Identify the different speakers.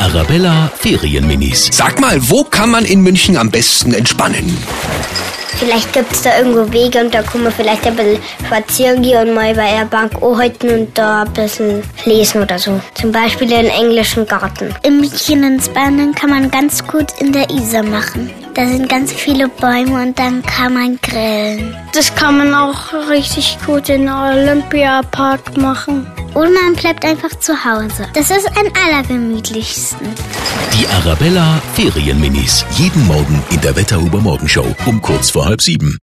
Speaker 1: Arabella Ferienminis.
Speaker 2: Sag mal, wo kann man in München am besten entspannen?
Speaker 3: Vielleicht gibt es da irgendwo Wege und da kommen wir vielleicht ein bisschen spazieren gehen und mal bei der Bank anhalten und da ein bisschen lesen oder so. Zum Beispiel den englischen Garten.
Speaker 4: Im München entspannen kann man ganz gut in der Isar machen. Da sind ganz viele Bäume und dann kann man grillen.
Speaker 5: Das kann man auch richtig gut in Olympiapark machen.
Speaker 4: Oder man bleibt einfach zu Hause. Das ist am allergemütlichsten.
Speaker 1: Die Arabella Ferienminis. Jeden Morgen in der Wetterhuber Morgenshow um kurz vor halb sieben.